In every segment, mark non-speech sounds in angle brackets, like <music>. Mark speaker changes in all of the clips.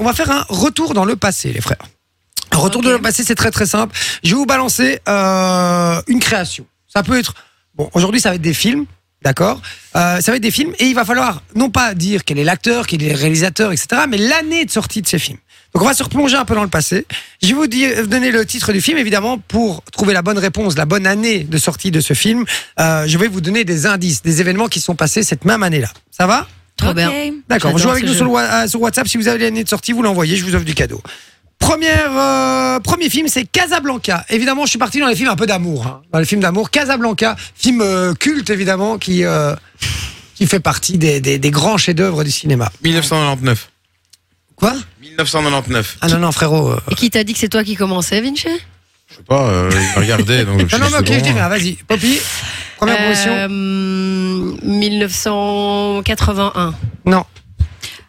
Speaker 1: On va faire un retour dans le passé, les frères. Un retour
Speaker 2: Ok.
Speaker 1: dans le passé, c'est très très simple. Je vais vous balancer euh, une création. Ça peut être. Bon, aujourd'hui, ça va être des films, d'accord Euh, Ça va être des films et il va falloir non pas dire quel est l'acteur, quel est le réalisateur, etc., mais l'année de sortie de ces films. Donc, on va se replonger un peu dans le passé. Je vais vous dire- vous donner le titre du film, évidemment, pour trouver la bonne réponse, la bonne année de sortie de ce film. euh, je vais vous donner des indices, des événements qui sont passés cette même année-là. Ça va
Speaker 2: Trop
Speaker 3: Ok.
Speaker 2: bien.
Speaker 1: D'accord, vous
Speaker 2: J'adore
Speaker 1: jouez avec
Speaker 2: ce
Speaker 1: nous
Speaker 2: jeu.
Speaker 1: sur, le wa- euh, sur WhatsApp. Si vous avez l'année de sortie, vous l'envoyez, je vous offre du cadeau. Première, euh, premier film, c'est Casablanca. Évidemment, je suis parti dans les films un peu d'amour. hein, dans les films d'amour, Casablanca, film euh, culte évidemment, qui, euh, qui fait partie des, des- des grands chefs-d'œuvre du cinéma.
Speaker 4: 1999.
Speaker 1: Quoi
Speaker 4: 1999.
Speaker 1: Ah non, non, frérot. euh,
Speaker 2: Et qui t'a dit que c'est toi qui commençais, Vinci
Speaker 4: Je sais pas, euh, regardez. Donc je
Speaker 1: Non, non, mais ok, je dis rien, vas-y. Poppy, première
Speaker 2: Euh,
Speaker 1: promotion.
Speaker 2: 1981.
Speaker 1: Non.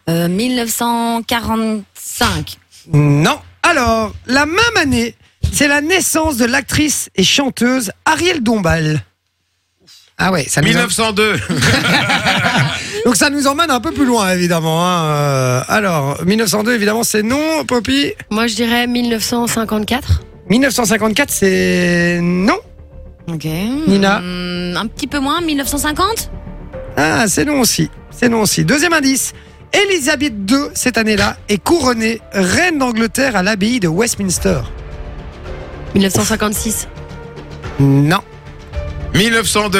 Speaker 3: Euh, 1945.
Speaker 1: Non. Alors, la même année, c'est la naissance de l'actrice et chanteuse Ariel Dombal. Ah ouais, ça nous a-
Speaker 4: 1902.
Speaker 1: Donc ça nous emmène un peu plus loin, évidemment. hein. Euh, alors, 1902, évidemment, c'est non, Poppy.
Speaker 2: Moi, je dirais 1954.
Speaker 1: 1954, c'est non.
Speaker 3: Ok.
Speaker 1: Nina.
Speaker 3: Hum, un petit peu moins, 1950
Speaker 1: Ah, c'est non aussi. C'est non aussi. Deuxième indice. Élisabeth II, cette année-là, est couronnée reine d'Angleterre à l'abbaye de Westminster.
Speaker 2: 1956.
Speaker 1: Non.
Speaker 4: <laughs> 1902.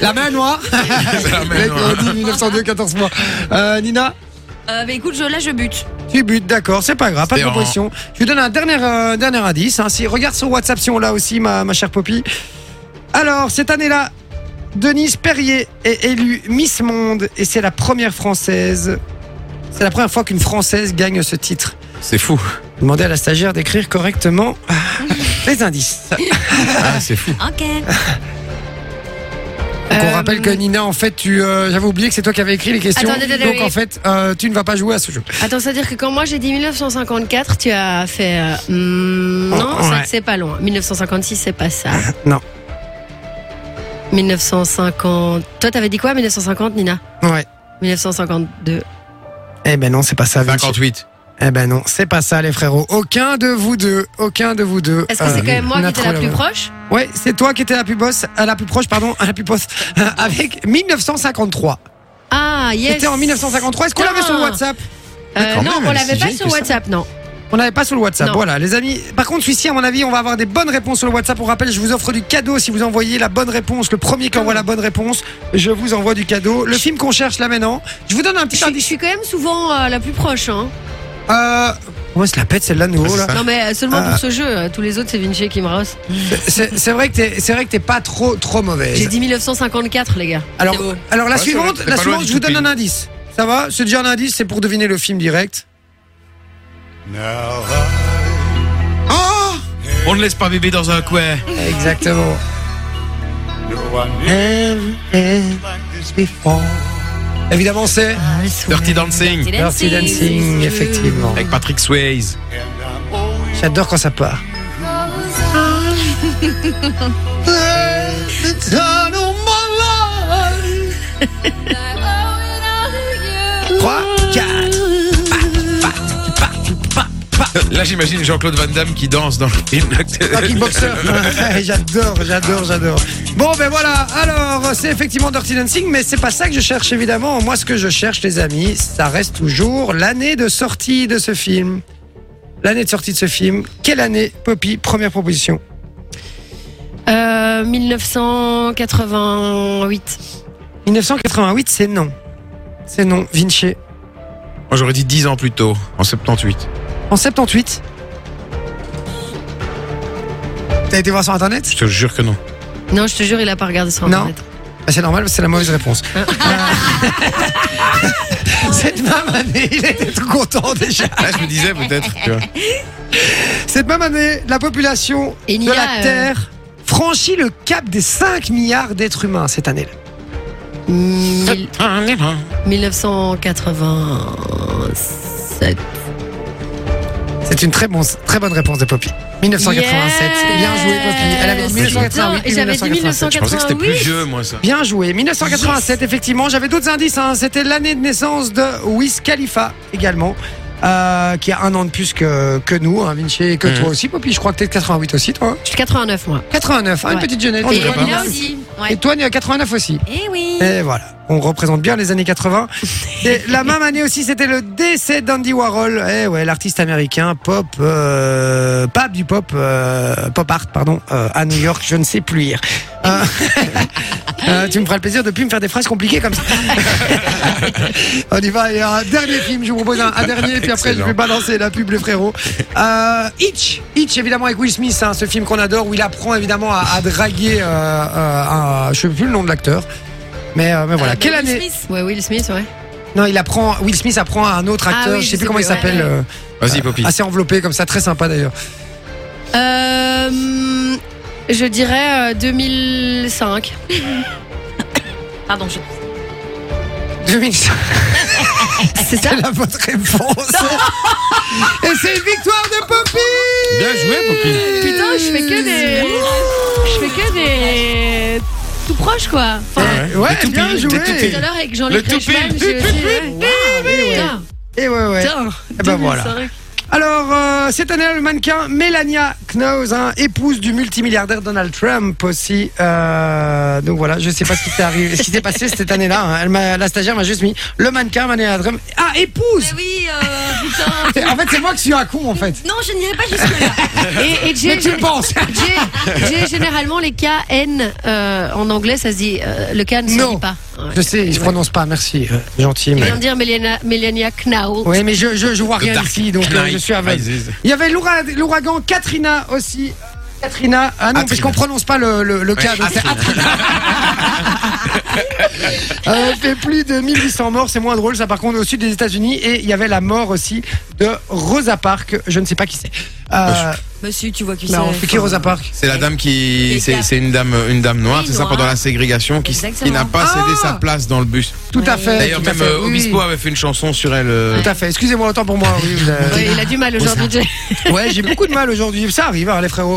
Speaker 1: La main noire.
Speaker 4: C'est la
Speaker 1: Mec,
Speaker 4: même,
Speaker 1: on
Speaker 4: hein.
Speaker 1: dit 1902, 14 mois. Euh, Nina,
Speaker 3: euh, bah écoute, je, là je bute.
Speaker 1: tu butes, d'accord, c'est pas grave, pas de
Speaker 4: C'était en-
Speaker 1: proposition. Je vous donne un dernier, euh, dernier indice. hein. Si, regarde sur WhatsApp si on l'a aussi, ma, ma chère Poppy. Alors, cette année-là, Denise Perrier est élue Miss Monde et c'est la première française. C'est la première fois qu'une française gagne ce titre.
Speaker 4: C'est fou.
Speaker 1: Demandez à la stagiaire d'écrire correctement
Speaker 2: <laughs>
Speaker 1: les indices.
Speaker 4: Ah, c'est fou.
Speaker 1: <laughs>
Speaker 3: Ok.
Speaker 1: Donc on
Speaker 2: Euh,
Speaker 1: rappelle que Nina, en fait, tu, euh, j'avais oublié que c'est toi qui avais écrit les questions.
Speaker 2: Attends, attends, attends,
Speaker 1: donc
Speaker 2: oui.
Speaker 1: en fait, euh, tu ne vas pas jouer à ce jeu.
Speaker 2: Attends, c'est-à-dire que quand moi j'ai dit 1954, tu as fait. euh, hmm, non,
Speaker 1: Oh, ouais.
Speaker 2: ça c'est pas loin. 1956, c'est pas ça.
Speaker 1: <laughs> Non.
Speaker 2: 1950. Toi, t'avais dit quoi 1950, Nina
Speaker 1: Ouais.
Speaker 2: 1952.
Speaker 1: Eh ben non, c'est pas
Speaker 4: Ah,
Speaker 1: ça. Vinci.
Speaker 4: 58.
Speaker 1: Eh ben non, c'est pas ça les frérots. Aucun de vous deux, aucun de vous deux.
Speaker 2: Est-ce que
Speaker 1: euh,
Speaker 2: c'est quand même moi
Speaker 1: n'a
Speaker 2: qui étais la
Speaker 1: trop
Speaker 2: plus proche
Speaker 1: Ouais, c'est toi qui étais la plus bosse, euh, la plus proche, pardon, <laughs> la plus bosse, euh, avec 1953.
Speaker 2: Ah, yes.
Speaker 1: C'était en 1953. Est-ce qu'on l'avait sur le
Speaker 2: Putain.
Speaker 1: WhatsApp
Speaker 2: Euh,
Speaker 4: quand
Speaker 2: non,
Speaker 4: même,
Speaker 2: on
Speaker 4: elle
Speaker 2: l'avait
Speaker 4: s'y
Speaker 2: pas
Speaker 4: jette
Speaker 2: sur
Speaker 4: que ça.
Speaker 2: WhatsApp, non.
Speaker 1: On l'avait pas sur le WhatsApp.
Speaker 2: Non.
Speaker 1: Voilà, les amis. Par contre, celui-ci, à mon avis, on va avoir des bonnes réponses sur le WhatsApp. On rappelle, je vous offre du cadeau si vous envoyez la bonne réponse. Le premier qui envoie la bonne réponse, je vous envoie du cadeau. Le film qu'on cherche là maintenant, je vous donne un
Speaker 2: Je
Speaker 1: petit
Speaker 2: suis, je
Speaker 1: indice.
Speaker 2: suis quand même souvent euh, la plus proche. Hein.
Speaker 1: Euh, ouais, se la pète celle-là, de nouveau
Speaker 4: Ah,
Speaker 1: là.
Speaker 4: Hein
Speaker 2: Non, mais euh, seulement
Speaker 1: Ah.
Speaker 2: pour ce jeu. euh, Tous les autres, c'est Vinci qui me rosse.
Speaker 1: C'est c'est vrai que t'es, c'est vrai que t'es pas trop, trop mauvaise.
Speaker 2: J'ai dit 1954, les gars.
Speaker 1: Alors,
Speaker 2: C'est beau.
Speaker 1: alors la
Speaker 4: Ouais, c'est
Speaker 1: suivante,
Speaker 4: vrai, c'est
Speaker 1: la
Speaker 4: pas
Speaker 1: suivante,
Speaker 4: loin du
Speaker 1: je vous
Speaker 4: tout
Speaker 1: donne un
Speaker 4: pays.
Speaker 1: indice. Ça va C'est déjà un indice, c'est pour deviner le film direct. Oh
Speaker 4: On ne laisse pas bébé dans un couet.
Speaker 1: Exactement. Évidemment, c'est
Speaker 4: Dirty Dancing.
Speaker 1: Dirty Dancing, effectivement.
Speaker 4: Avec Patrick Swayze.
Speaker 1: J'adore quand ça part. Trois, quatre.
Speaker 4: Là, j'imagine Jean-Claude Van Damme qui danse dans le film.
Speaker 1: Un kickboxer. <laughs> Ouais, j'adore, j'adore, j'adore. Bon, ben voilà. Alors, c'est effectivement Dirty Dancing, mais c'est pas ça que je cherche, évidemment. Moi, ce que je cherche, les amis, ça reste toujours l'année de sortie de ce film. L'année de sortie de ce film. Quelle année, Poppy Première proposition.
Speaker 2: Euh, 1988.
Speaker 1: 1988, c'est non. C'est non, Vinci.
Speaker 4: Moi, j'aurais dit 10 ans plus tôt, en 78.
Speaker 1: En 78. T'as été voir sur Internet
Speaker 4: Je te jure que non.
Speaker 2: Non, je te jure, il a pas regardé sur
Speaker 1: Non.
Speaker 2: Internet.
Speaker 1: Bah, C'est normal, c'est la mauvaise réponse. Euh, <laughs> Cette même année, il était tout content déjà.
Speaker 4: Là, je me disais peut-être. tu vois.
Speaker 1: Cette même année, la population
Speaker 2: Et
Speaker 1: de
Speaker 2: Nia,
Speaker 1: la
Speaker 2: euh,
Speaker 1: Terre franchit le cap des 5 milliards d'êtres humains cette année-là.
Speaker 2: Mille- 1987.
Speaker 1: C'est une très, bon- très bonne réponse de Poppy. 1987.
Speaker 2: Yes.
Speaker 1: Bien joué, Poppy. Elle avait dit
Speaker 4: Bien joué.
Speaker 1: 1988
Speaker 2: J'avais dit
Speaker 1: 1987.
Speaker 4: Je pensais que c'était plus
Speaker 2: 88.
Speaker 4: vieux, moi, ça.
Speaker 1: Bien joué. 1987, effectivement. J'avais d'autres indices. hein. C'était l'année de naissance de Wiz Khalifa également. euh, qui a un an de plus que, que nous, hein, Vinci, et que
Speaker 4: Mhm.
Speaker 1: toi aussi, Poppy. Je crois que t'es de 88 aussi, toi.
Speaker 2: Je suis 89, moi.
Speaker 1: 89, hein, une
Speaker 2: Ouais.
Speaker 1: petite jeunesse.
Speaker 4: On
Speaker 1: Et
Speaker 4: dirait
Speaker 1: toi,
Speaker 4: pas.
Speaker 1: Nina
Speaker 3: Là aussi.
Speaker 1: Et
Speaker 3: Ouais.
Speaker 1: toi, né à 89 aussi.
Speaker 3: Eh oui.
Speaker 1: Et voilà, on représente bien les années 80. Et la même année aussi, c'était le décès d'Andy Warhol. Eh ouais, l'artiste américain pop, euh, pape du pop, euh, pop art, pardon, euh, à New York, je ne sais plus lire. Euh, <laughs> euh, tu me feras le plaisir de plus me faire des phrases compliquées comme ça. on y va. Et un dernier film, je vous propose un, un dernier, puis après je
Speaker 4: Excellent.
Speaker 1: vais balancer la pub, les frérots. Euh, Hitch, Hitch évidemment avec Will Smith, hein, ce film qu'on adore où il apprend évidemment à, à draguer. Euh, euh, un- je sais plus le nom de l'acteur. Mais, euh, mais voilà,
Speaker 3: Euh,
Speaker 1: quelle
Speaker 3: Will
Speaker 1: année
Speaker 3: Smith.
Speaker 2: Ouais, Ah, Will Smith, ouais.
Speaker 1: Non, il apprend. Will Smith apprend à un autre
Speaker 2: Ah
Speaker 1: acteur.
Speaker 2: oui,
Speaker 1: je
Speaker 2: je
Speaker 1: sais plus
Speaker 2: sais
Speaker 1: comment
Speaker 2: plus,
Speaker 1: il s'appelle.
Speaker 2: ouais, ouais.
Speaker 1: euh,
Speaker 4: Vas-y, Poppy.
Speaker 1: assez enveloppé comme ça, très sympa d'ailleurs. <laughs>
Speaker 2: Euh, hum, je dirais euh, 2005.
Speaker 3: Pardon, je.
Speaker 1: 2005,
Speaker 2: <laughs> C'est ça
Speaker 1: c'est la bonne
Speaker 2: <laughs>
Speaker 1: réponse. Et c'est une victoire de Poppy.
Speaker 4: Bien joué, Poppy.
Speaker 2: Putain, je fais que des. Je fais que des. Tout proche, quoi. Enfin,
Speaker 1: Ouais, bien
Speaker 4: toupies,
Speaker 1: joué.
Speaker 4: des toupies.
Speaker 2: tout à l'heure, avec
Speaker 4: Le
Speaker 2: Jean-Luc
Speaker 4: tout
Speaker 2: Reichmann,
Speaker 4: pile.
Speaker 2: j'ai aussi. ouais. Putain,
Speaker 1: Et ouais, ouais.
Speaker 2: putain.
Speaker 1: Eh ben voilà.
Speaker 2: 2005.
Speaker 1: Alors, euh, cette année, le mannequin Melania Knauss, hein, épouse du multimilliardaire Donald Trump aussi. Euh, donc voilà, je sais pas ce qui s'est arrivé, ce qui s'est passé cette année-là. hein. Elle m'a- la stagiaire m'a juste mis le mannequin Melania Trump. Ah, épouse
Speaker 3: Eh oui, euh, putain.
Speaker 1: En fait, c'est moi qui suis un con, en fait.
Speaker 3: Non, je n'irai pas jusque-là.
Speaker 2: Et, et Jay,
Speaker 1: Mais tu le penses
Speaker 2: Jay- Jay, généralement, les KN, euh, en anglais, ça se dit. euh, le K ne se
Speaker 1: Non.
Speaker 2: dit pas. Ouais.
Speaker 1: Je sais, je prononce pas, merci. euh, Gentil,
Speaker 2: Tu
Speaker 1: mais...
Speaker 2: viens de dire Melania, Melania Knaull.
Speaker 1: Oui, mais je, je, je vois rien
Speaker 4: Dark
Speaker 1: ici, donc euh,
Speaker 4: Knight
Speaker 1: je suis aveugle.
Speaker 4: Rises.
Speaker 1: Il y avait l'aura- l'ouragan Katrina aussi. Euh, Katrina, ah non,
Speaker 4: Atrina.
Speaker 1: puisqu'on prononce pas le, le, le cas,
Speaker 4: Ouais,
Speaker 1: donc c'est Atrina. Euh, fait plus de 1800 morts, c'est moins drôle, ça par contre, au sud des États-Unis. Et il y avait la mort aussi de Rosa Parks, je ne sais pas qui c'est. Euh,
Speaker 3: Mais si, tu vois qui
Speaker 1: non,
Speaker 3: c'est.
Speaker 1: c'est Bah, qui Rosa Parks
Speaker 4: C'est la dame
Speaker 3: Et
Speaker 4: qui,
Speaker 3: il y
Speaker 4: c'est
Speaker 3: a-
Speaker 4: c'est une dame, une dame noire,
Speaker 3: Oui,
Speaker 4: c'est ça
Speaker 3: noire.
Speaker 4: pendant la ségrégation, qui, qui
Speaker 3: Exactement.
Speaker 4: n'a pas cédé
Speaker 1: Ah
Speaker 4: sa place dans le bus.
Speaker 1: Tout à
Speaker 3: Ouais.
Speaker 1: fait.
Speaker 4: D'ailleurs,
Speaker 1: tout à
Speaker 4: même
Speaker 1: fait,
Speaker 4: euh,
Speaker 1: oui,
Speaker 4: Obispo
Speaker 1: oui. Ah,
Speaker 4: avait fait une chanson sur elle. euh,
Speaker 1: Tout à fait, excusez-moi autant pour moi. oui, vous avez-
Speaker 2: Ouais, il a du mal aujourd'hui, Jay.
Speaker 1: ouais, j'ai beaucoup de mal aujourd'hui, ça arrive, hein, les frérots.